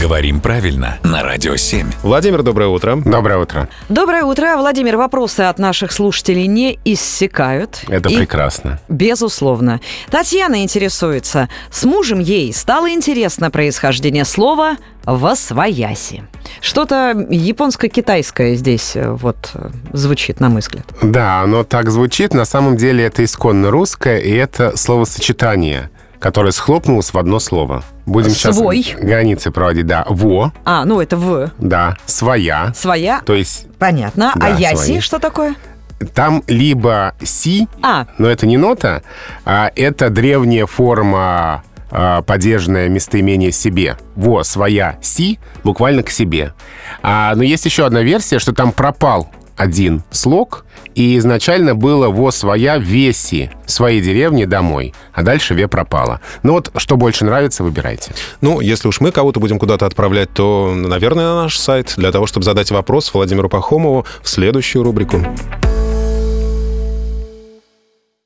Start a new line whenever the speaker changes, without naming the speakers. Говорим правильно на Радио 7.
Владимир, доброе утро.
Доброе утро.
Доброе утро, Владимир. Вопросы от наших слушателей не иссякают.
Это
И,
прекрасно.
Безусловно. Татьяна интересуется. С мужем ей стало интересно происхождение слова «восвояси». Что-то японско-китайское здесь э, вот э, звучит, на мой взгляд.
Да, оно так звучит. На самом деле это исконно русское, и это словосочетание, которое схлопнулось в одно слово. Будем
Свой.
сейчас границы проводить. Да, во,
А, ну это «в».
да, своя.
Своя.
То есть
Понятно.
Да,
а «яси»
свои.
что такое?
там либо си,
А,
но это не нота, а это древняя форма а, падежное местоимение себе. Во, своя, си, буквально к себе. А, но есть еще одна версия, что там пропал один слог, и изначально было «во своя веси» своей деревни домой, а дальше «ве» пропала. Ну вот, что больше нравится, выбирайте.
Ну, если уж мы кого-то будем куда-то отправлять, то, наверное, на наш сайт для того, чтобы задать вопрос Владимиру Пахомову в следующую рубрику.